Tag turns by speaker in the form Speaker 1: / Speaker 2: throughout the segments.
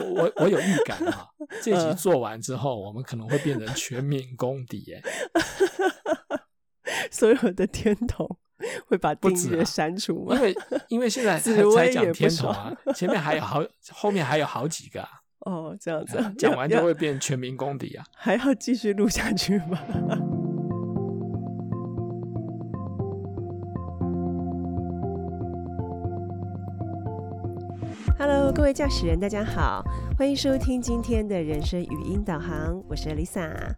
Speaker 1: 我我我有预感 啊，这
Speaker 2: 嗯
Speaker 1: 集做完之后，我们可能会变成全民公敌 耶、
Speaker 2: 所有的天童会把
Speaker 1: 不
Speaker 2: 订
Speaker 1: 止啊
Speaker 2: 阅删除吗
Speaker 1: 因？为因为现在
Speaker 2: 紫
Speaker 1: 才才
Speaker 2: 薇
Speaker 1: 讲
Speaker 2: 也不
Speaker 1: 天童啊，前面还有好，后面还有好几个、啊，
Speaker 2: 哦，这样子
Speaker 1: 讲完就
Speaker 2: 要
Speaker 1: 会变全民公敌啊。
Speaker 2: 还要继续录下去吗？Hello，各位驾驶人，大家好，欢迎收听今天的人生语音导航，我是 Lisa。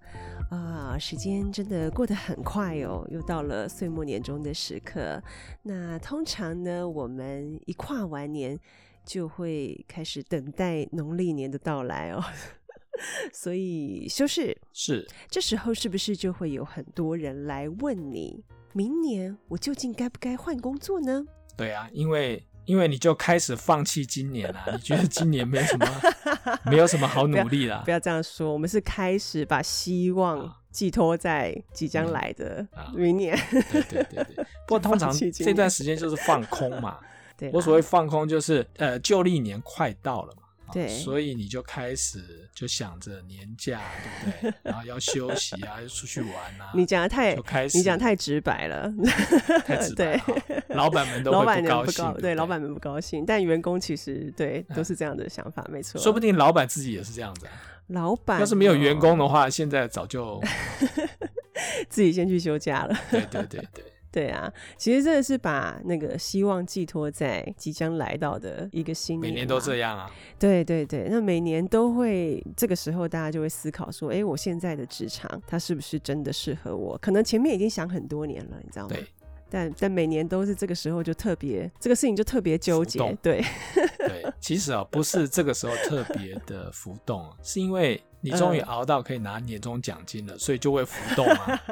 Speaker 2: 啊、时间真的过得很快哦，又到了岁末年终的时刻。那通常呢，我们一跨完年就会开始等待农历年的到来哦， 所以修饰
Speaker 1: 是，
Speaker 2: 这时候 是不是就会有很多人来问你，明年我究竟该不该换工作呢？
Speaker 1: 对啊，因为因为你就开始放弃今年了、你觉得今年没有 什么没有什么好努力啦
Speaker 2: 不。要这样说，我们是开始把希望寄托在即将来的
Speaker 1: 啊嗯啊
Speaker 2: 明年。
Speaker 1: 对对对对，不过通常
Speaker 2: 放弃今
Speaker 1: 这段
Speaker 2: 年
Speaker 1: 时间就是放空嘛。
Speaker 2: 对啦，啊
Speaker 1: 我所谓放空就是呃，旧历年快到了嘛。啊
Speaker 2: 对
Speaker 1: 所以你就开始就想着年假，对不 对？然后要休息啊，要出去玩啊。
Speaker 2: 你讲的太
Speaker 1: 就开始
Speaker 2: 你讲得太直白了，
Speaker 1: 太直白
Speaker 2: 对
Speaker 1: 了哈，老板们都
Speaker 2: 老
Speaker 1: 会
Speaker 2: 板
Speaker 1: 不
Speaker 2: 娘
Speaker 1: 高
Speaker 2: 不
Speaker 1: 兴
Speaker 2: 高，，
Speaker 1: 对
Speaker 2: 对
Speaker 1: 不
Speaker 2: 老板们不高兴，但员工其实对都是这样的想法，没错。
Speaker 1: 对，说不定老板自己也是这样子啊。
Speaker 2: 老板
Speaker 1: 要是没有
Speaker 2: 哦
Speaker 1: 员，工的话，现在早 就
Speaker 2: 自己先去休假了。
Speaker 1: 对对对对，
Speaker 2: 对啊，其实这是把那个希望寄托在即将来到的一个新
Speaker 1: 每
Speaker 2: 年，
Speaker 1: 年都
Speaker 2: 这样。
Speaker 1: 这样啊。
Speaker 2: 对对对，那每年都会这个时候，大家就会思考说，哎，我现在的职场它是不是真的适合我？可能前面已经想很多年了，你知道吗？
Speaker 1: 对。
Speaker 2: 但但每年都是这个时候就特别，这个事情就特别纠结
Speaker 1: 浮动。
Speaker 2: 对，
Speaker 1: 对，其实啊，不是这个时候特别的浮动，啊是因为你终于
Speaker 2: 嗯
Speaker 1: 熬到可以拿年终奖金了，所以就会浮动啊。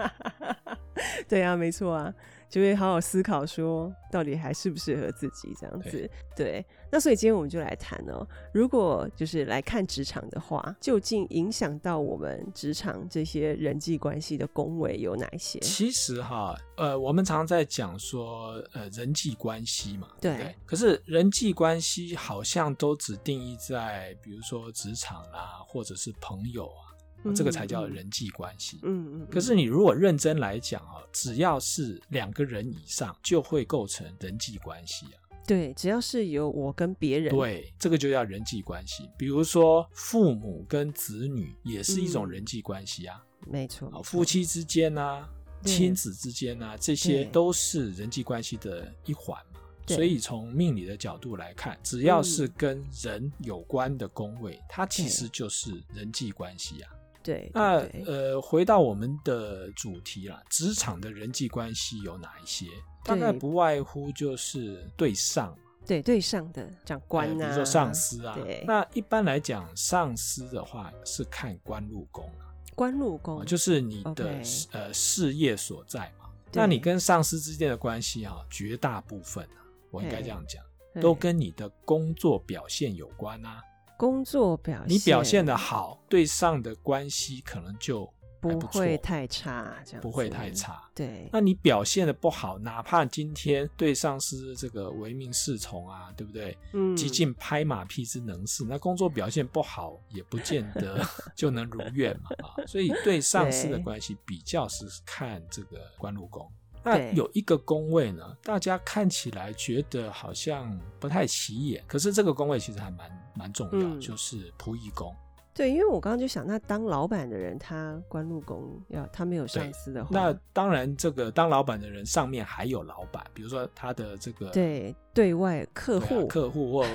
Speaker 2: 对啊，没错啊，就会好好思考说，到底还适不适合自己这样子。对，那所以今天我们就来谈哦，如果就是来看职场的话，究竟影响到我们职场这些人际关系的恭维有哪一些？
Speaker 1: 其实哈，呃，我们常在讲说，呃，人际关系嘛，对不
Speaker 2: 对
Speaker 1: 对。可是人际关系好像都只定义在，比如说职场啦、或者是朋友啊，这个才叫
Speaker 2: 嗯。
Speaker 1: 人际关系。
Speaker 2: 嗯嗯，
Speaker 1: 可是你如果认真来讲啊，只要是两个人以上，就会构成人际关系啊。
Speaker 2: 对，只要是有我跟别人，
Speaker 1: 对，这个就叫人际关系。比如说父母跟子女也是一种
Speaker 2: 嗯
Speaker 1: 人际关系啊，
Speaker 2: 没错，
Speaker 1: 啊
Speaker 2: 没
Speaker 1: 夫
Speaker 2: 错
Speaker 1: 妻之间啊，
Speaker 2: 对
Speaker 1: 亲子之间啊，这些
Speaker 2: 嗯对
Speaker 1: 都是人际关系的一环嘛。
Speaker 2: 对嗯
Speaker 1: 所以从命理的角度来看，只要是跟人有关的宫位，它其
Speaker 2: 对
Speaker 1: 实就是人际关系啊。
Speaker 2: 对，
Speaker 1: 那
Speaker 2: 对对
Speaker 1: 呃，回到我们的主题啦，职场的人际关系有哪一些？大概
Speaker 2: 对
Speaker 1: 不外乎就是对上，
Speaker 2: 对对上的长官
Speaker 1: 呃
Speaker 2: 啊，
Speaker 1: 比如说上司啊
Speaker 2: 对。
Speaker 1: 那一般来讲，上司的话是看官禄宫啊，
Speaker 2: 官禄宫，
Speaker 1: 就是你的
Speaker 2: OK
Speaker 1: 呃事业所在嘛。
Speaker 2: 对
Speaker 1: 那你跟上司之间的关系啊，绝大部分啊，我应该
Speaker 2: 对
Speaker 1: 这样讲，
Speaker 2: 对
Speaker 1: 都跟你的工作表现有关啊。
Speaker 2: 工作表现，嗯
Speaker 1: 你表现的好，对上的关系可能就还
Speaker 2: 不
Speaker 1: 不错
Speaker 2: 会太差，这样
Speaker 1: 不会
Speaker 2: 子
Speaker 1: 太，差。
Speaker 2: 对，
Speaker 1: 那你表现的不好，哪怕今天对上司这个唯命是从啊，对不对？
Speaker 2: 嗯
Speaker 1: 极尽拍马屁之能事，那工作表现不好，也不见 得就能如愿嘛啊。所以对上司的
Speaker 2: 对
Speaker 1: 关系比较是看这个官禄宫。那
Speaker 2: 对
Speaker 1: 有一个宫位呢，大家看起来觉得好像不太起眼，可是这个宫位其实还蛮蛮重要，
Speaker 2: 嗯
Speaker 1: 就是仆役宫。
Speaker 2: 对，因为我刚刚就想，那当老板的人，他官禄宫要他没有上司的话，
Speaker 1: 那当然，这个当老板的人上面还有老板，比如说他的这个
Speaker 2: 对对外客
Speaker 1: 对啊
Speaker 2: 户
Speaker 1: 客户或股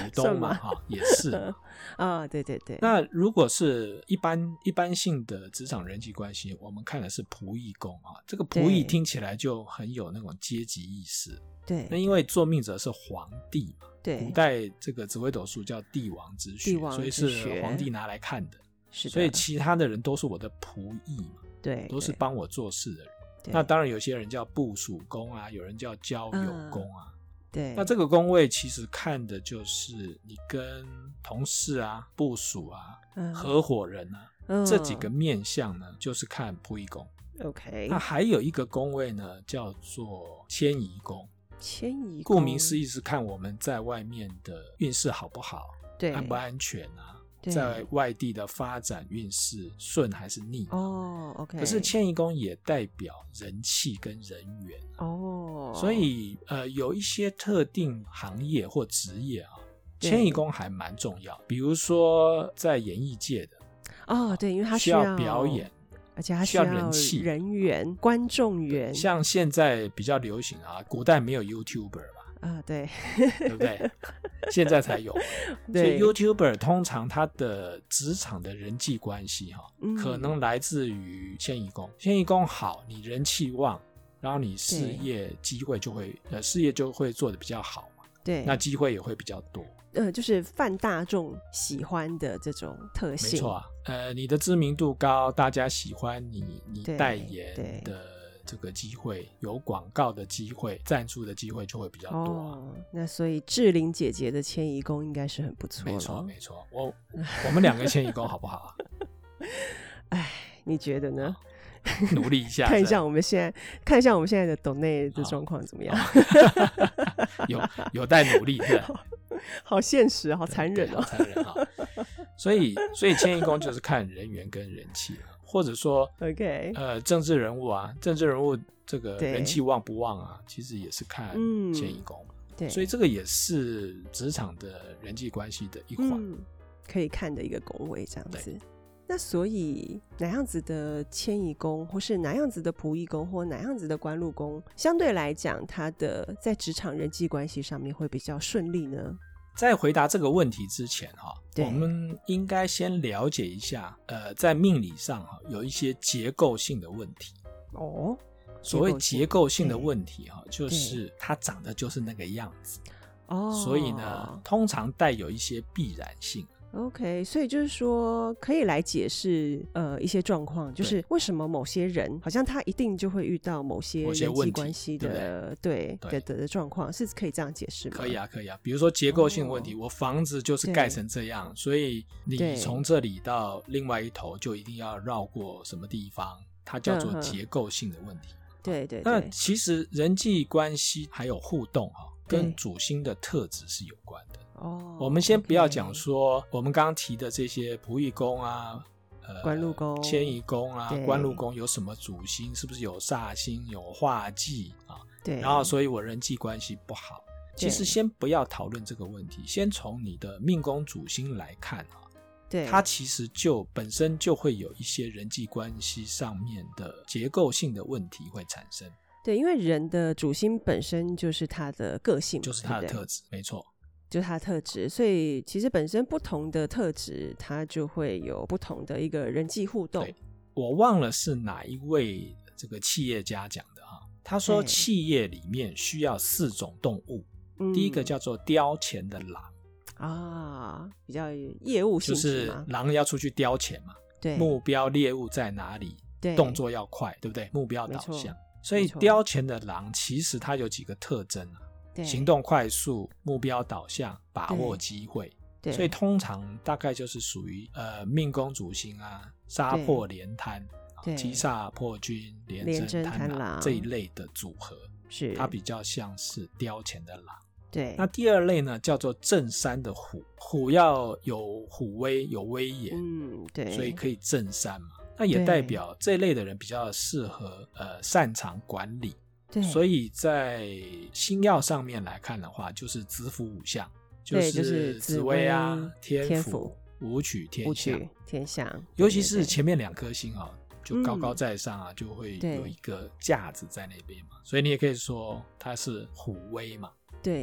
Speaker 2: 算
Speaker 1: 东嘛，
Speaker 2: 吗
Speaker 1: 哈、也 是嘛。
Speaker 2: 啊，对对对，
Speaker 1: 那如果是一般一般性的职场人际关系，我们看的是仆役宫啊，这个仆役
Speaker 2: 对
Speaker 1: 听起来就很有那种阶级意识。那
Speaker 2: 对
Speaker 1: 因为做命者是皇帝嘛，哎古
Speaker 2: 对，
Speaker 1: 代这个紫微斗数叫帝王之学，
Speaker 2: 帝王
Speaker 1: 所以
Speaker 2: 之
Speaker 1: 是
Speaker 2: 学
Speaker 1: 皇帝拿来看的。
Speaker 2: 是的，
Speaker 1: 所以其他的人都是我的仆役嘛，
Speaker 2: 对
Speaker 1: 都是帮我做事的人。
Speaker 2: 对
Speaker 1: 那当然，有些人叫部署宫啊，有人叫交友宫啊。
Speaker 2: 嗯对，
Speaker 1: 那这个宫位其实看的就是你跟同事啊、部署啊、
Speaker 2: 嗯
Speaker 1: 合伙人啊、
Speaker 2: 嗯
Speaker 1: 这几个面相呢，就是看仆役宫。
Speaker 2: OK，
Speaker 1: 那还有一个宫位呢，叫做迁移宫。
Speaker 2: 迁移宫，
Speaker 1: 顾名思义是看我们在外面的运势好不好，
Speaker 2: 对，
Speaker 1: 安不安全啊，
Speaker 2: 对
Speaker 1: 在外地的发展运势顺还是逆啊。
Speaker 2: 哦，OK，
Speaker 1: 可是迁移宫也代表人气跟人缘，
Speaker 2: 哦，
Speaker 1: 所以呃，有一些特定行业或职业啊，
Speaker 2: 对
Speaker 1: 迁移宫还蛮重要。比如说在演艺界的，
Speaker 2: 哦，对，因为他
Speaker 1: 需
Speaker 2: 要
Speaker 1: 表演，，
Speaker 2: 而且他
Speaker 1: 需要人气
Speaker 2: 人缘、观众缘
Speaker 1: 像现在比较流行啊，古代没有 YouTuber 嘛，
Speaker 2: 啊，对，
Speaker 1: 对不 对？现在才有，所
Speaker 2: 对
Speaker 1: 以 YouTuber 通常他的职场的人际关系哈、
Speaker 2: 嗯
Speaker 1: 可能来自于迁移宫。迁移宫好，你人气旺，然后你事业机会就会呃事业就会做得比较好嘛，
Speaker 2: 对，
Speaker 1: 那机会也会比较多。
Speaker 2: 呃，就是泛大众喜欢的这种特
Speaker 1: 没
Speaker 2: 性，
Speaker 1: 错啊，呃，你的知名度高，大家喜欢你，你
Speaker 2: 对
Speaker 1: 代言
Speaker 2: 对
Speaker 1: 的这个机会，有广告的机会，赞助的机会就会比较多啊、
Speaker 2: 哦，那所以志玲姐姐的迁移宫应该是很不错了。
Speaker 1: 没错，没错，我我们两个迁移宫好不好 啊？
Speaker 2: 你觉得呢？
Speaker 1: 努力一下，
Speaker 2: 看一
Speaker 1: 这样
Speaker 2: 下我们现在，看一下我们现在的董内的状况怎么样？
Speaker 1: 有有待努力，对，
Speaker 2: 好现实，好残忍
Speaker 1: 对
Speaker 2: 哦。
Speaker 1: 残忍哈。所以，所以迁移宫就是看人缘跟人气了，或者说，
Speaker 2: OK，
Speaker 1: 呃，政治人物啊，政治人物这个
Speaker 2: 对
Speaker 1: 人气旺不旺啊，其实也是看
Speaker 2: 嗯
Speaker 1: 迁移宫。
Speaker 2: 对，
Speaker 1: 所以这个也是职场的人际关系的一环。
Speaker 2: 嗯，可以看的一个宫位这样
Speaker 1: 对
Speaker 2: 子。那所以哪样子的迁移宫，或是哪样子的仆役宫，或哪样子的官禄宫，相对来讲，它的在职场人际关系上面会比较顺利呢？
Speaker 1: 在回答这个问题之前哈、
Speaker 2: 对
Speaker 1: 我们应该先了解一下，呃，在命理上哈、有一些结构性的问题。
Speaker 2: 哦，
Speaker 1: 所谓结构性的
Speaker 2: 嗯对
Speaker 1: 问题哈、就是它长得就是那个样子，
Speaker 2: 哦，
Speaker 1: 所以呢，通常带有一些必然性。
Speaker 2: OK，所以就是说，可以来解释呃一些状况，就是为什么某些人好像他一定就会遇到某些
Speaker 1: 某些
Speaker 2: 人
Speaker 1: 问题
Speaker 2: 际关系
Speaker 1: 对不
Speaker 2: 的对
Speaker 1: 对
Speaker 2: 的的的状况，是可以这样解释吗？
Speaker 1: 可以，啊，可以啊。比如说结构性问题，我房子就是盖成这样，所以
Speaker 2: 哦对
Speaker 1: 你从这里到另外一头就一定要绕过什么地方，它叫
Speaker 2: 嗯
Speaker 1: 做
Speaker 2: 哼
Speaker 1: 结构性的问题。
Speaker 2: 对对
Speaker 1: 那
Speaker 2: 对，
Speaker 1: 其实人际关系还有互动哈、
Speaker 2: 对
Speaker 1: 跟主星的特质是有关的。
Speaker 2: 哦，
Speaker 1: 我们先不要
Speaker 2: OK
Speaker 1: 讲说我们刚刚提的这些仆役宫啊。呃
Speaker 2: 官禄宫
Speaker 1: 迁移宫啊
Speaker 2: 对，
Speaker 1: 官禄宫有什么主星？是不是有煞星、有化忌啊？
Speaker 2: 对，
Speaker 1: 然后所以我人际关系不好。其实
Speaker 2: 对
Speaker 1: 先不要讨论这个问题，先从你的命宫主星来看啊，
Speaker 2: 对
Speaker 1: 它其实就本身就会有一些人际关系上面的结构性的问题会产生，
Speaker 2: 对，因为人的主心本身就是他的个性嘛，
Speaker 1: 就是它的
Speaker 2: 对不对
Speaker 1: 特质，没错。
Speaker 2: 就是他的特质，所以其实本身不同的特质，它就会有不同的一个人际互动
Speaker 1: 对。我忘了是哪一位这个企业家讲的啊，他说
Speaker 2: 对
Speaker 1: 企业里面需要四种动物，
Speaker 2: 嗯
Speaker 1: 第一个叫做叼钱的狼，
Speaker 2: 啊，比较业务性
Speaker 1: 就
Speaker 2: 质
Speaker 1: 是
Speaker 2: 嘛，
Speaker 1: 狼要出去叼钱嘛，
Speaker 2: 对，
Speaker 1: 目标猎物在哪里，
Speaker 2: 对
Speaker 1: 动作要快，对不对？目标导
Speaker 2: 没
Speaker 1: 向
Speaker 2: 错。
Speaker 1: 所以
Speaker 2: 没错
Speaker 1: 叼钱的狼其实它有几个特征啊，
Speaker 2: 对
Speaker 1: 行动快速，目标导向，把
Speaker 2: 对
Speaker 1: 握机会。
Speaker 2: 对，
Speaker 1: 所以通常大概就是属于呃命宫主星啊，杀破连贪。啊
Speaker 2: 对
Speaker 1: 七煞破军、连
Speaker 2: 连
Speaker 1: 贞
Speaker 2: 贞
Speaker 1: 贪
Speaker 2: 贪狼
Speaker 1: 狼这一类的组合，
Speaker 2: 是
Speaker 1: 它比较像是雕钱的狼。
Speaker 2: 对
Speaker 1: 那第二类呢，叫做正山的虎，虎要有虎威，有威严，
Speaker 2: 嗯对，
Speaker 1: 所以可以正山嘛。那也代表这一类的人比较适合呃擅长管理，
Speaker 2: 对，
Speaker 1: 所
Speaker 2: 以
Speaker 1: 以在星耀上面来看的话，就是子府五象，就
Speaker 2: 对就
Speaker 1: 是
Speaker 2: 是紫
Speaker 1: 紫薇啊
Speaker 2: 薇、天
Speaker 1: 天
Speaker 2: 府
Speaker 1: 府、武曲天
Speaker 2: 舞
Speaker 1: 象，
Speaker 2: 曲天象，
Speaker 1: 尤其是
Speaker 2: 对
Speaker 1: 前面两颗星啊，就高高
Speaker 2: 嗯
Speaker 1: 在上啊，就会
Speaker 2: 对
Speaker 1: 有一个架子在那边嘛，所以你也可以说它是虎威嘛。
Speaker 2: 对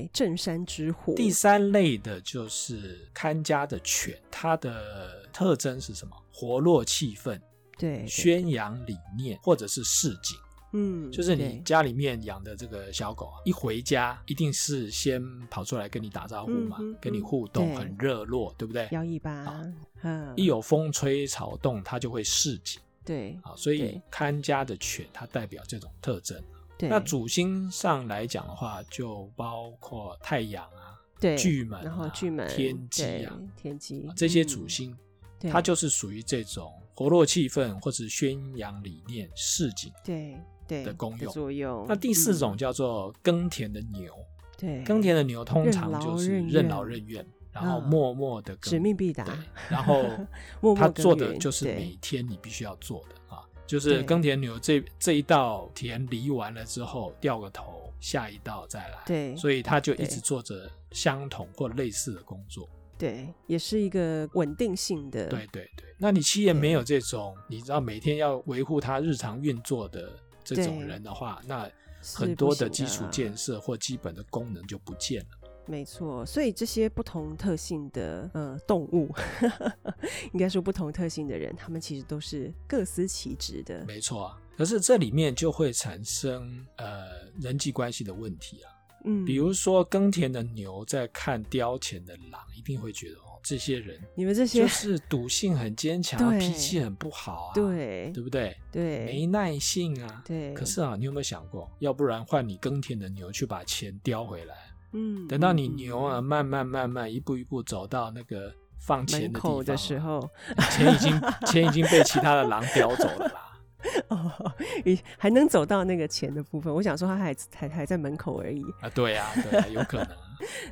Speaker 2: 对镇山之虎，
Speaker 1: 第三类的就是看家的犬，它的特征是什么？活络气氛，
Speaker 2: 对对
Speaker 1: 宣扬理念，或者是市井。
Speaker 2: 嗯
Speaker 1: 就是你
Speaker 2: 对
Speaker 1: 家里面养的这个小狗啊，一回家一定是先跑出来跟你打招呼嘛，
Speaker 2: 嗯哼
Speaker 1: 跟你
Speaker 2: 嗯
Speaker 1: 互动，
Speaker 2: 对
Speaker 1: 很热络，对不对？
Speaker 2: 摇尾
Speaker 1: 啊
Speaker 2: 巴，嗯
Speaker 1: 一有风吹草动，它就会示警
Speaker 2: 对
Speaker 1: 啊。所以
Speaker 2: 对
Speaker 1: 看家的犬，它代表这种特征。
Speaker 2: 对
Speaker 1: 那主星上来讲的话，就包括太阳啊、
Speaker 2: 对
Speaker 1: 巨门啊
Speaker 2: 然后巨门
Speaker 1: 天机
Speaker 2: 对
Speaker 1: 啊
Speaker 2: 天机
Speaker 1: 这些
Speaker 2: 嗯
Speaker 1: 主星，
Speaker 2: 对
Speaker 1: 它就是属于这种活络气氛或是宣扬理念、市井
Speaker 2: 对对
Speaker 1: 的功
Speaker 2: 的
Speaker 1: 用。
Speaker 2: 作用。
Speaker 1: 那第四
Speaker 2: 嗯
Speaker 1: 种叫做耕田的牛，
Speaker 2: 对
Speaker 1: 耕田的牛通常就是
Speaker 2: 任
Speaker 1: 任
Speaker 2: 劳
Speaker 1: 劳
Speaker 2: 任
Speaker 1: 任怨，然后
Speaker 2: 嗯
Speaker 1: 默默的
Speaker 2: 使命必达
Speaker 1: 对，然后
Speaker 2: 默默
Speaker 1: 他
Speaker 2: 耕
Speaker 1: 做的
Speaker 2: 耘
Speaker 1: 就是
Speaker 2: 对
Speaker 1: 每天你必须要做的啊，就是
Speaker 2: 对
Speaker 1: 耕田牛这这一道田犁完了之后掉个头，下一道再来，
Speaker 2: 对
Speaker 1: 所以他就一直
Speaker 2: 对
Speaker 1: 做着相同或类似的工作。
Speaker 2: 对，也是一个稳定性的
Speaker 1: 对对对，那你企业
Speaker 2: 对
Speaker 1: 没有这种你知道每天要维护它日常运作的这种
Speaker 2: 对
Speaker 1: 人的话，那
Speaker 2: 是
Speaker 1: 很
Speaker 2: 不
Speaker 1: 多的
Speaker 2: 行
Speaker 1: 基础
Speaker 2: 啊
Speaker 1: 建设或基本的功能就不见了。
Speaker 2: 没错，所以这些不同特性的呃动物， 应该说不同特性的人，他们其实都是各司其职的。
Speaker 1: 没错啊，可是这里面就会产生呃人际关系的问题啊。
Speaker 2: 嗯，
Speaker 1: 比如说耕田的牛在看雕钱的狼，一定会觉得哦，这些 人
Speaker 2: 你们这些
Speaker 1: 就，是赌性很坚强，啊
Speaker 2: 对
Speaker 1: 脾气很不好啊，
Speaker 2: 对
Speaker 1: 对不对？没
Speaker 2: 对
Speaker 1: 耐性啊。
Speaker 2: 对，
Speaker 1: 可是啊，你有没有想过，要不然换你耕田的牛去把钱叼回来，
Speaker 2: 嗯，
Speaker 1: 等到你
Speaker 2: 嗯
Speaker 1: 牛啊，慢慢慢慢一步一步走到那个放钱
Speaker 2: 门
Speaker 1: 的地方
Speaker 2: 口
Speaker 1: 啊
Speaker 2: 的时，候，
Speaker 1: 钱已 经钱已经被其他的狼叼走了啦。
Speaker 2: 哦， 你还能走到那个钱的部分，我想说他还还还在门口而已。
Speaker 1: 啊，对呀、啊，对、啊，有可能啊、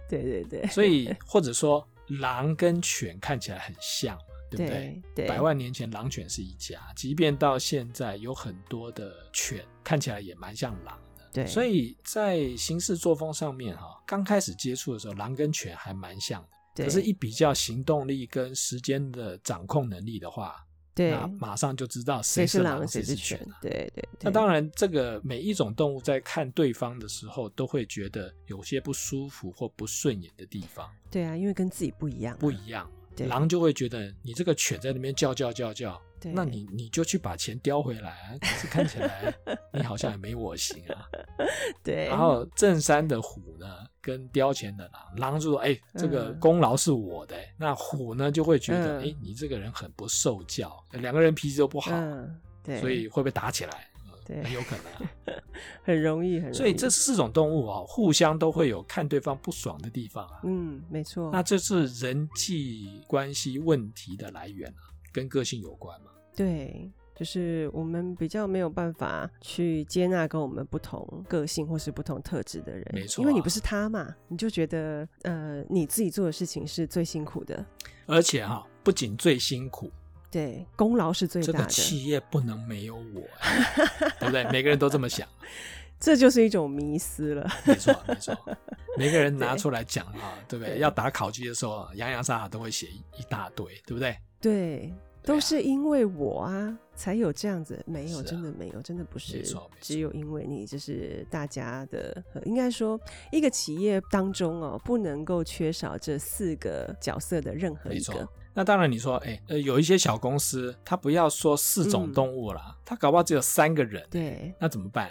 Speaker 2: 对对对，
Speaker 1: 所以或者说，狼跟犬看起来很像嘛，对不对？
Speaker 2: 对对，
Speaker 1: 百万年前狼犬是一家，即便到现在有很多的犬看起来也蛮像狼的，
Speaker 2: 对，
Speaker 1: 所以在行事作风上面哈、刚开始接触的时候，狼跟犬还蛮像的，
Speaker 2: 对
Speaker 1: 可是，一比较行动力跟时间的掌控能力的话，
Speaker 2: 对
Speaker 1: 那马上就知道
Speaker 2: 谁
Speaker 1: 谁
Speaker 2: 是
Speaker 1: 狼
Speaker 2: 狼谁
Speaker 1: 是
Speaker 2: 是
Speaker 1: 犬
Speaker 2: 犬
Speaker 1: 了、，
Speaker 2: 对对对。
Speaker 1: 那当然，这个每一种动物在看对方的时候，都会觉得有些不舒服或不顺眼的地方
Speaker 2: 对啊，因为跟自己不一样啊，
Speaker 1: 不一样。
Speaker 2: 对
Speaker 1: 狼就会觉得你这个犬在那边叫叫叫叫，
Speaker 2: 对
Speaker 1: 那你你就去把钱叼回来啊！可是看起 来你好像也没我行啊。
Speaker 2: 对，
Speaker 1: 然后正山的虎呢，跟叼钱的狼，狼就说：“哎、这个
Speaker 2: 嗯
Speaker 1: 功劳是我的、那虎呢就会觉得：“哎、
Speaker 2: 嗯
Speaker 1: 你这个人很不受教，两个人脾气都不好，
Speaker 2: 嗯，对，
Speaker 1: 所以会不会打起来？
Speaker 2: 对
Speaker 1: 很有可能啊、
Speaker 2: 很容易，很容易。
Speaker 1: 所以这四种动物哦，互相都会有看对方不爽的地方啊。
Speaker 2: 嗯，没错。
Speaker 1: 那这是人际关系问题的来源啊，跟个性有关嘛。
Speaker 2: 对，就是我们比较没有办法去接纳跟我们不同个性或是不同特质的人，
Speaker 1: 没错
Speaker 2: 因为你
Speaker 1: 啊
Speaker 2: 不是他嘛，你就觉得呃你自己做的事情是最辛苦的，
Speaker 1: 而且哈、不仅最辛苦，
Speaker 2: 对，功劳是最
Speaker 1: 这
Speaker 2: 大
Speaker 1: 个
Speaker 2: 的，
Speaker 1: 企业不能没有我、 对不对？每个人都这么想，
Speaker 2: 这就是一种迷思了。
Speaker 1: 没错没错。每个人拿出来讲啊，对不对？要打考绩的时候啊，洋洋洒洒都会写一一大堆，对不对？
Speaker 2: 对，
Speaker 1: 对
Speaker 2: 都
Speaker 1: 啊
Speaker 2: 是因为我啊，才有这样子。没有，
Speaker 1: 是啊
Speaker 2: 真的没有，真的不是
Speaker 1: 没错没，
Speaker 2: 只
Speaker 1: 错
Speaker 2: 有因为你，就是大家的。呃应该说，一个企业当中哦，不能够缺少这四个角色的任何
Speaker 1: 没
Speaker 2: 一
Speaker 1: 错
Speaker 2: 个。
Speaker 1: 那当然，你说，哎，呃，有一些小公司，它不要说四种
Speaker 2: 嗯
Speaker 1: 动物啦，它搞不好只有三个人，
Speaker 2: 对，
Speaker 1: 那怎么 办？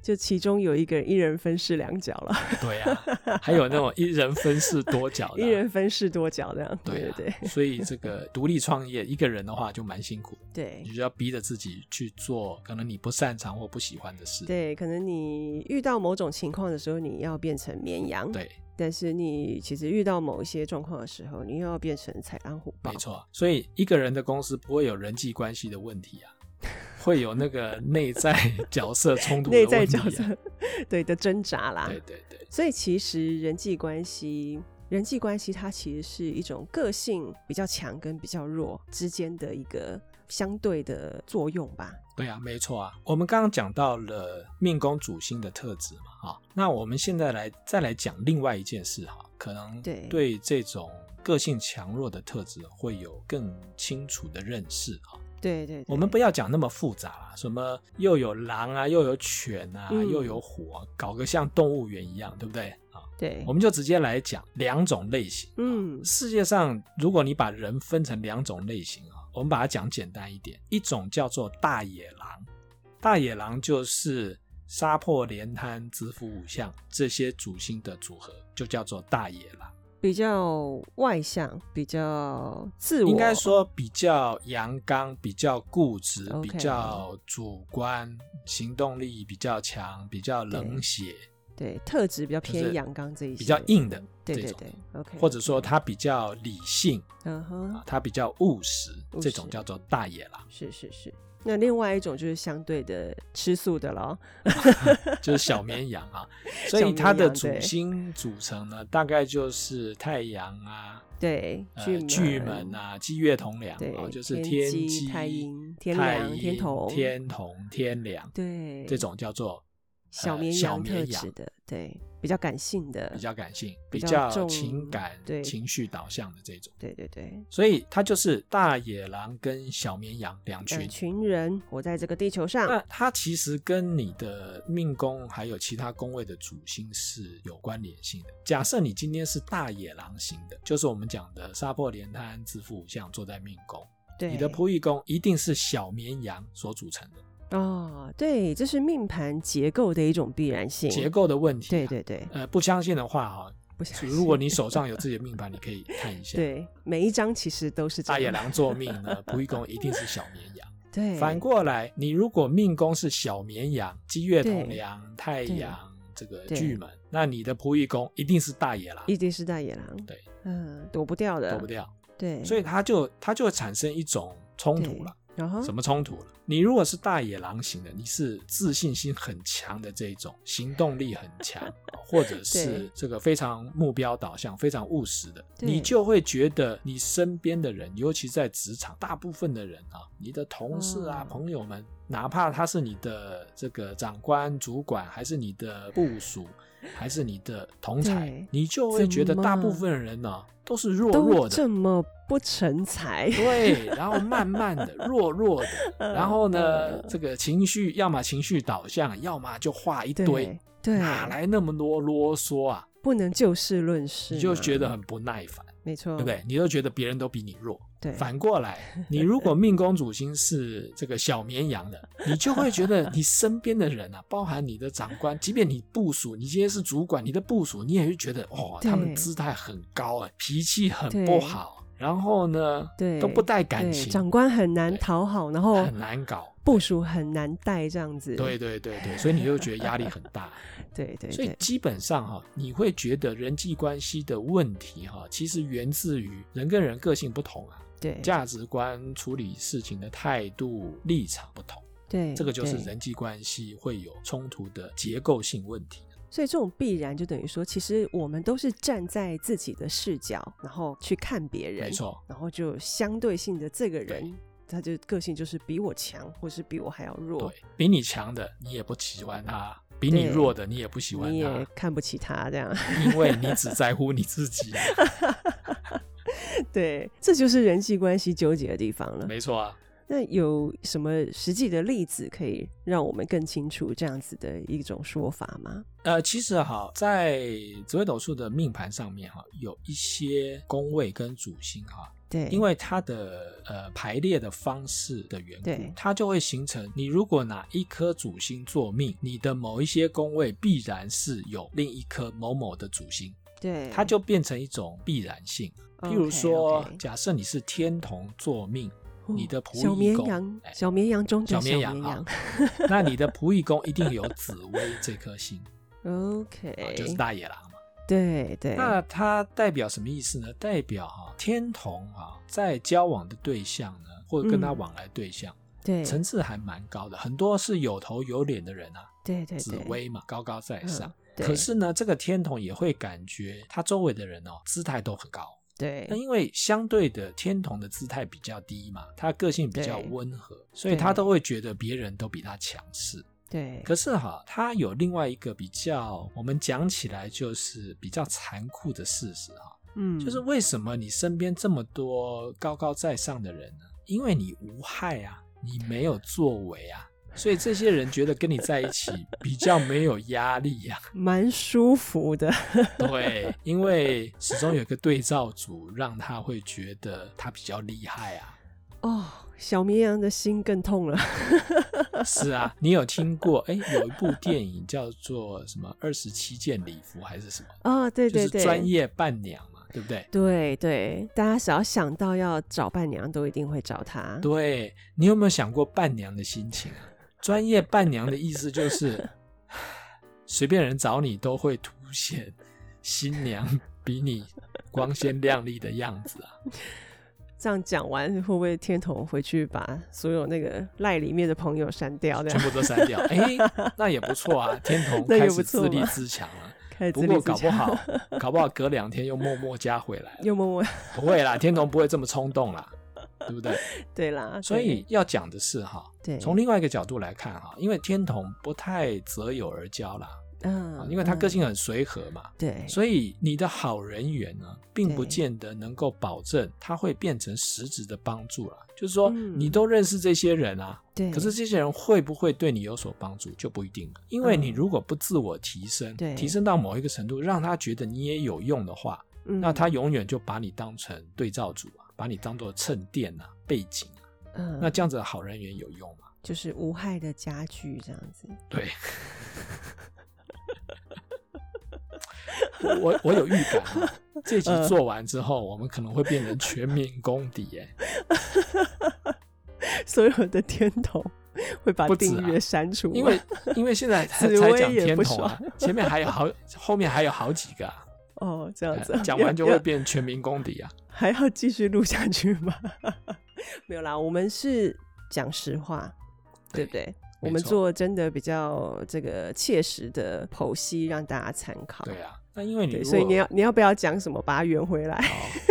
Speaker 2: 就其中有一个人一人分饰两角了，
Speaker 1: 对啊，还有那种一人分饰多角的啊，
Speaker 2: 一人分饰多角这样。
Speaker 1: 对
Speaker 2: 对
Speaker 1: 啊
Speaker 2: 对
Speaker 1: 所以这个独立创业一个人的话就蛮辛苦，
Speaker 2: 对
Speaker 1: 你就要逼着自己去做可能你不擅长或不喜欢的事。
Speaker 2: 对，可能你遇到某种情况的时候，你要变成绵羊；
Speaker 1: 对
Speaker 2: 但是你其实遇到某一些状况的时候，你又要变成豺狼虎豹
Speaker 1: 没。错。所以一个人的公司不会有人际关系的问题啊，会有那个内在角色冲突的
Speaker 2: 内
Speaker 1: 问题、啊。
Speaker 2: 在角色啊对的挣扎啦。
Speaker 1: 对对对，
Speaker 2: 所以其实人际关系，人际关系它其实是一种个性比较强跟比较弱之间的一个相对的作用吧。
Speaker 1: 对啊，没错啊。我们刚刚讲到了命宫主星的特质嘛，啊，那我们现在来再来讲另外一件事哈，可能
Speaker 2: 对
Speaker 1: 对这种个性强弱的特质会有更清楚的认识哈。
Speaker 2: 对对对，
Speaker 1: 我们不要讲那么复杂啦，什么又有狼啊，又有犬啊，
Speaker 2: 嗯
Speaker 1: 又有虎、啊，搞个像动物园一样，对不对啊？
Speaker 2: 对
Speaker 1: 我们就直接来讲两种类型。
Speaker 2: 嗯
Speaker 1: 世界上，如果你把人分成两种类型啊，我们把它讲简单一点，一种叫做大野狼，大野狼就是杀破连滩、子府五象这些主星的组合，就叫做大野狼。
Speaker 2: 比较外向，比较自我，
Speaker 1: 应该说比较阳刚、比较固执、
Speaker 2: OK
Speaker 1: 比较主观，行动力比较强，比较冷血，
Speaker 2: 对特质比较
Speaker 1: 就
Speaker 2: 偏
Speaker 1: 是
Speaker 2: 阳刚这一些，
Speaker 1: 比较硬的这
Speaker 2: 对
Speaker 1: 种，
Speaker 2: 对对，OK，
Speaker 1: 或者说他比较理性
Speaker 2: 嗯哼
Speaker 1: 啊，，他比较务实
Speaker 2: 务，实
Speaker 1: 这种叫做大野狼。
Speaker 2: 是是是，那另外一种就是相对的吃素的咯。
Speaker 1: 就是小绵羊 啊。所
Speaker 2: 小
Speaker 1: 以
Speaker 2: 绵
Speaker 1: 它的
Speaker 2: 羊
Speaker 1: 主
Speaker 2: 对
Speaker 1: 心组成呢，大概就是太阳啊、
Speaker 2: 对，
Speaker 1: 呃
Speaker 2: 巨门、
Speaker 1: 巨门啊、鸡月同梁
Speaker 2: 对
Speaker 1: 啊，就是
Speaker 2: 天机
Speaker 1: 机、
Speaker 2: 太阴天
Speaker 1: 太
Speaker 2: 梁天
Speaker 1: 阴
Speaker 2: 同
Speaker 1: 天同、天梁
Speaker 2: 对，
Speaker 1: 这种叫做
Speaker 2: 小
Speaker 1: 呃
Speaker 2: 绵
Speaker 1: 小
Speaker 2: 羊特
Speaker 1: 绵
Speaker 2: 质
Speaker 1: 羊
Speaker 2: 的，对，比较感性的，
Speaker 1: 比较感性、比
Speaker 2: 比较
Speaker 1: 较
Speaker 2: 重
Speaker 1: 情感
Speaker 2: 对、
Speaker 1: 情绪导向的这种。
Speaker 2: 对对对，
Speaker 1: 所以它就是大野狼跟小绵羊两群啊
Speaker 2: 两。群人活在这个地球上，
Speaker 1: 那它其实跟你的命宫还有其他宫位的主星是有关联性的。假设你今天是大野狼型的，就是我们讲的杀破连滩、自负五相坐在命宫，
Speaker 2: 对，
Speaker 1: 你的仆役宫一定是小绵羊所组成的
Speaker 2: 哦，对，这是命盘结构的一种必然性，
Speaker 1: 结构的问题、
Speaker 2: 对，对对，
Speaker 1: 呃，不相信的话哈、
Speaker 2: 不相信
Speaker 1: 如果你手上有自己的命盘，你可以看一下。，
Speaker 2: 对每一张其实都是这
Speaker 1: 大野
Speaker 2: 样，
Speaker 1: 狼坐命呢，仆役宫一定是小绵羊。
Speaker 2: 对，
Speaker 1: 反过来，你如果命宫是小绵羊、鸡月同梁、太阳这个
Speaker 2: 对
Speaker 1: 巨门，那你的仆役宫一定是大野狼，
Speaker 2: 一定是大野狼，
Speaker 1: 对，
Speaker 2: 嗯，躲不掉的，
Speaker 1: 躲不掉，
Speaker 2: 对，
Speaker 1: 所以它就它就会产生一种冲
Speaker 2: 对
Speaker 1: 突了。，
Speaker 2: 然后
Speaker 1: 什么冲突了？你如果是大野狼型的，你是自信心很强的这一种，行动力很强，或者是
Speaker 2: 对
Speaker 1: 这个非常目标导向、非常务实的，
Speaker 2: 对
Speaker 1: 你就会觉得你身边的人，尤其在职场，大部分的人啊，你的同事啊、
Speaker 2: 嗯
Speaker 1: 朋友们，哪怕他是你的这个长官、主管，还是你的部属，还是你的同才
Speaker 2: 对，
Speaker 1: 你就会觉得
Speaker 2: 怎么
Speaker 1: 大部分人呢、都是弱
Speaker 2: 都
Speaker 1: 弱的。
Speaker 2: 这么不成才，
Speaker 1: 对，然后慢慢的、弱弱 的，
Speaker 2: 嗯
Speaker 1: 然后呢，这个情绪要么情绪导向，要么就话一堆
Speaker 2: 对，对，
Speaker 1: 哪来那么多啰嗦啊？
Speaker 2: 不能就事论事嘛，
Speaker 1: 你就觉得很不耐烦，
Speaker 2: 没错，
Speaker 1: 对不对？你都觉得别人都比你弱。
Speaker 2: 嗯对？
Speaker 1: 反过来，你如果命宫主星是这个小绵羊的，你就会觉得你身边的人啊，包含你的长官，即便你部属，你今天是主管，你的部属，你也会觉得哦，他
Speaker 2: 对
Speaker 1: 们姿态很高、哎，脾气很
Speaker 2: 对
Speaker 1: 不好，然后呢，
Speaker 2: 对
Speaker 1: 都不带感
Speaker 2: 对，
Speaker 1: 情，
Speaker 2: 长官很难
Speaker 1: 对
Speaker 2: 讨好，然后
Speaker 1: 很难搞。
Speaker 2: 部署很难带这样子。
Speaker 1: 对对对对，所以你就觉得压力很大。
Speaker 2: 对 对
Speaker 1: 所以
Speaker 2: 对，
Speaker 1: 基本上哈、你会觉得人际关系的问题哈、其实源自于人跟人个性不同啊，
Speaker 2: 对
Speaker 1: 价值观、处理事情的态度、立场不同，
Speaker 2: 对，
Speaker 1: 这个就是
Speaker 2: 嗯对。
Speaker 1: 人际关系会有冲突的结构性问题。
Speaker 2: 所以这种必然就等于说，其实我们都是站在自己的视角，然后去看别人，
Speaker 1: 没，错，
Speaker 2: 然后就相对性的这个
Speaker 1: 对
Speaker 2: 人。他就个性就是比我强，或是比我还要弱
Speaker 1: 对，，比你强的你也不喜欢他，比你
Speaker 2: 对
Speaker 1: 弱的你也不喜欢
Speaker 2: 你也
Speaker 1: 他，
Speaker 2: 看不起他这样。
Speaker 1: 因为你只在乎你自己。啊
Speaker 2: 对，这就是人际关系纠结的地方了。
Speaker 1: 没错啊。
Speaker 2: 那有什么实际的例子可以让我们更清楚这样子的一种说法吗？
Speaker 1: 呃，其实哈，在紫微斗数的命盘上面哈，有一些宫位跟主星哈，
Speaker 2: 对，
Speaker 1: 因为它的呃排列的方式的缘
Speaker 2: 对
Speaker 1: 故，它就会形成你如果拿一颗主星做命，你的某一些宫位必然是有另一颗某某的主星，
Speaker 2: 对，
Speaker 1: 它就变成一种必然性。譬如说
Speaker 2: OK，OK
Speaker 1: 假设你是天同做命，你的仆役
Speaker 2: 哦小绵
Speaker 1: 宫
Speaker 2: 羊，
Speaker 1: 哎
Speaker 2: 小绵羊中的
Speaker 1: 小
Speaker 2: 绵
Speaker 1: 绵羊啊，那你的仆役宫一定有紫薇这颗 星，啊
Speaker 2: OK，
Speaker 1: 就是大野狼嘛。
Speaker 2: 对对，
Speaker 1: 那它代表什么意思呢？代表哈、天同啊，在交往的对象呢，或者跟他
Speaker 2: 嗯
Speaker 1: 往来对象，
Speaker 2: 对
Speaker 1: 层次还蛮高的，很多是有头有脸的人啊，
Speaker 2: 对对
Speaker 1: 紫
Speaker 2: 对，
Speaker 1: 薇嘛，高高在
Speaker 2: 嗯
Speaker 1: 上。
Speaker 2: 对
Speaker 1: 可是呢，这个天同也会感觉他周围的人哦，姿态都很高。
Speaker 2: 对
Speaker 1: 那因为相对的天同的姿态比较低嘛，他个性比较
Speaker 2: 对
Speaker 1: 温和，所以他
Speaker 2: 对
Speaker 1: 都会觉得别人都比他强势。
Speaker 2: 对，
Speaker 1: 可是哈，它有另外一个比较，我们讲起来就是比较残酷的事实哈，
Speaker 2: 嗯，
Speaker 1: 就是为什么你身边这么多高高在上的人呢？因为你无害啊，你没有作为啊，所以这些人觉得跟你在一 起比较没有压力呀、
Speaker 2: 蛮舒服的，
Speaker 1: 对， 因为始终有一个对照组，让他会觉得他比较厉害啊。
Speaker 2: 哦，小绵羊的心更痛了，
Speaker 1: 是啊，你有听过？哎，有一部电影叫做什么《二十七件礼服》还是什么？
Speaker 2: 哦，对
Speaker 1: 就
Speaker 2: 对
Speaker 1: 是
Speaker 2: 对，
Speaker 1: 专。业伴娘嘛，对不对？
Speaker 2: 对对，大家只要想到要找伴娘，都一定会找 他。
Speaker 1: 对你有没有想过伴娘的心情啊？专业伴娘的意思就是随便人找你都会凸 显新娘比你光鲜亮丽的样子啊。
Speaker 2: 这样讲完会不会天童回去把所有那个赖里面的朋友删掉？这
Speaker 1: 全
Speaker 2: 样
Speaker 1: 部都删 掉。哎、那也不错啊，天童
Speaker 2: 那也
Speaker 1: 开
Speaker 2: 不
Speaker 1: 始
Speaker 2: 错
Speaker 1: 自立
Speaker 2: 嘛
Speaker 1: 自强了。
Speaker 2: 开始
Speaker 1: 不
Speaker 2: 自立
Speaker 1: 过
Speaker 2: 自
Speaker 1: 搞不
Speaker 2: 强
Speaker 1: 好，搞不好隔两天又默默加回来了。
Speaker 2: 又默默
Speaker 1: 不会啦，天童不会这么冲动啦，对不 对？
Speaker 2: 对啦，
Speaker 1: 所以要讲的是哈，
Speaker 2: 对，对
Speaker 1: 从另外一个角度来看哈，因为天童不太择友而交啦，啊
Speaker 2: 嗯，
Speaker 1: 因为他个
Speaker 2: 嗯
Speaker 1: 性很随和嘛，
Speaker 2: 对，
Speaker 1: 所以你的好人缘呢，并不
Speaker 2: 对
Speaker 1: 见得能够保证他会变成实质的帮助啦。就是说，
Speaker 2: 嗯
Speaker 1: 你都认识这些人啊，
Speaker 2: 对，
Speaker 1: 可是这些人会不会对你有所帮助就不一定了，因为你
Speaker 2: 嗯
Speaker 1: 如果不自我提升，
Speaker 2: 对
Speaker 1: 提升到某一个程度，让他觉得你也有用的话，
Speaker 2: 嗯
Speaker 1: 那他永远就把你当成对照组啊，把你当做衬垫啊、背景啊、
Speaker 2: 嗯，
Speaker 1: 那这样子的好人缘有用吗？
Speaker 2: 就是无害的家具这样子，
Speaker 1: 对。我我我有预感啊、 这集
Speaker 2: 嗯
Speaker 1: 做完之后，我们可能会变成全民公敌耶、
Speaker 2: 所有的天童会把
Speaker 1: 不止
Speaker 2: 订
Speaker 1: 啊
Speaker 2: 阅删除，
Speaker 1: 因 为因为现在才
Speaker 2: 紫
Speaker 1: 才
Speaker 2: 薇
Speaker 1: 讲
Speaker 2: 也
Speaker 1: 天
Speaker 2: 不
Speaker 1: 童啊， 前面还有好，后面还有好几个、啊，
Speaker 2: 哦这样子
Speaker 1: 呃讲完就会
Speaker 2: 要
Speaker 1: 变全民公敌啊。
Speaker 2: 还要继续录下去吗？ 没有啦，我们是讲实话，对不对？我们
Speaker 1: 错
Speaker 2: 做真的比较这个切实的剖析，让大家参考。
Speaker 1: 对啊，那因为你
Speaker 2: 对，
Speaker 1: 如
Speaker 2: 所以
Speaker 1: 果
Speaker 2: 你要你要不要讲什么，把它圆回来？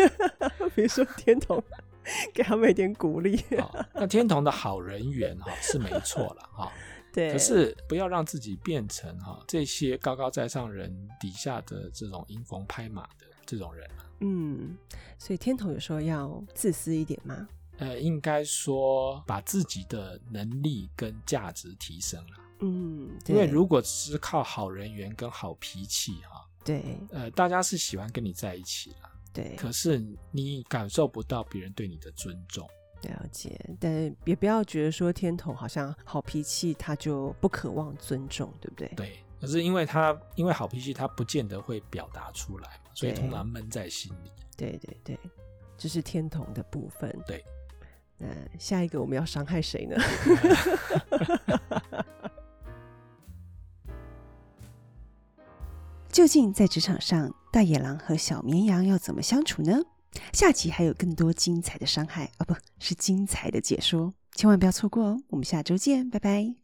Speaker 2: 比如说天童， 给他们一点鼓励。
Speaker 1: 啊， 那天童的好人缘哈、是没错了哈，
Speaker 2: 对，
Speaker 1: 可是不要让自己变成哈、这些高高在上人底下的这种迎风拍马的这种人啊。
Speaker 2: 嗯，所以天童有时候要自私一点嘛。
Speaker 1: 呃，应该说把自己的能力跟价值提升了，
Speaker 2: 嗯，
Speaker 1: 因为
Speaker 2: 对
Speaker 1: 如果只是靠好人缘跟好脾气哈、
Speaker 2: 对
Speaker 1: 呃，大家是喜欢跟你在一起啦，
Speaker 2: 对
Speaker 1: 可是你感受不到别人对你的尊重。
Speaker 2: 了解，但也不要觉得说天童好像好脾气，他就不渴望尊重，对不对？
Speaker 1: 对，可是因为他因为好脾气，他不见得会表达出来嘛，所以
Speaker 2: 对
Speaker 1: 通常闷在心里。
Speaker 2: 对对对，这是天童的部分。
Speaker 1: 对，
Speaker 2: 那下一个我们要伤害谁呢？究竟在职场上，大野狼和小绵羊要怎么相处呢？下集还有更多精哦彩的伤害啊，不是精彩的解说，千万不要错过哦！我们下周见，拜拜。